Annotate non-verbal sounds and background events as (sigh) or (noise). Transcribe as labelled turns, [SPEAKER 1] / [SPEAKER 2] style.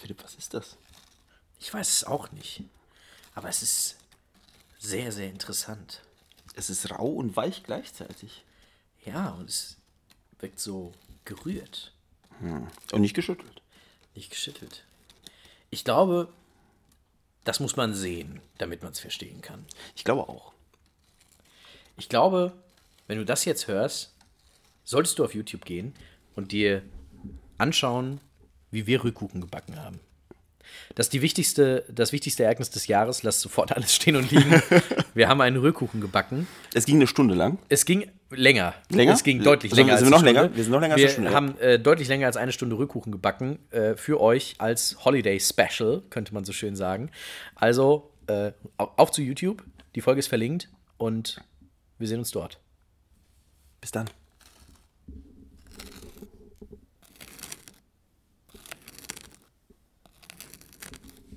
[SPEAKER 1] Philipp, was ist das?
[SPEAKER 2] Ich weiß es auch nicht. Aber es ist sehr, sehr interessant.
[SPEAKER 1] Es ist rau und weich gleichzeitig.
[SPEAKER 2] Ja, und es wirkt so gerührt,
[SPEAKER 1] Und nicht geschüttelt.
[SPEAKER 2] nicht geschüttelt. Ich glaube, das muss man sehen, damit man es verstehen kann.
[SPEAKER 1] Ich glaube auch.
[SPEAKER 2] Ich glaube, wenn du das jetzt hörst, solltest du auf YouTube gehen und dir anschauen, wie wir Rührkuchen gebacken haben. Das ist die wichtigste, das wichtigste Ereignis des Jahres. Lass sofort (laughs) alles stehen und liegen. Wir haben einen Rührkuchen gebacken.
[SPEAKER 1] Es ging eine Stunde lang.
[SPEAKER 2] Es ging länger.
[SPEAKER 1] Länger?
[SPEAKER 2] Es ging deutlich
[SPEAKER 1] Sind wir-
[SPEAKER 2] länger.
[SPEAKER 1] sind wir noch
[SPEAKER 2] eine
[SPEAKER 1] länger?
[SPEAKER 2] Stunde.
[SPEAKER 1] Wir sind noch länger als
[SPEAKER 2] Wir
[SPEAKER 1] eine Stunde.
[SPEAKER 2] haben äh, deutlich länger als eine Stunde Rührkuchen gebacken äh, für euch als Holiday Special, könnte man so schön sagen. Also äh, au- auf zu YouTube. Die Folge ist verlinkt und wir sehen uns dort.
[SPEAKER 1] Bis dann.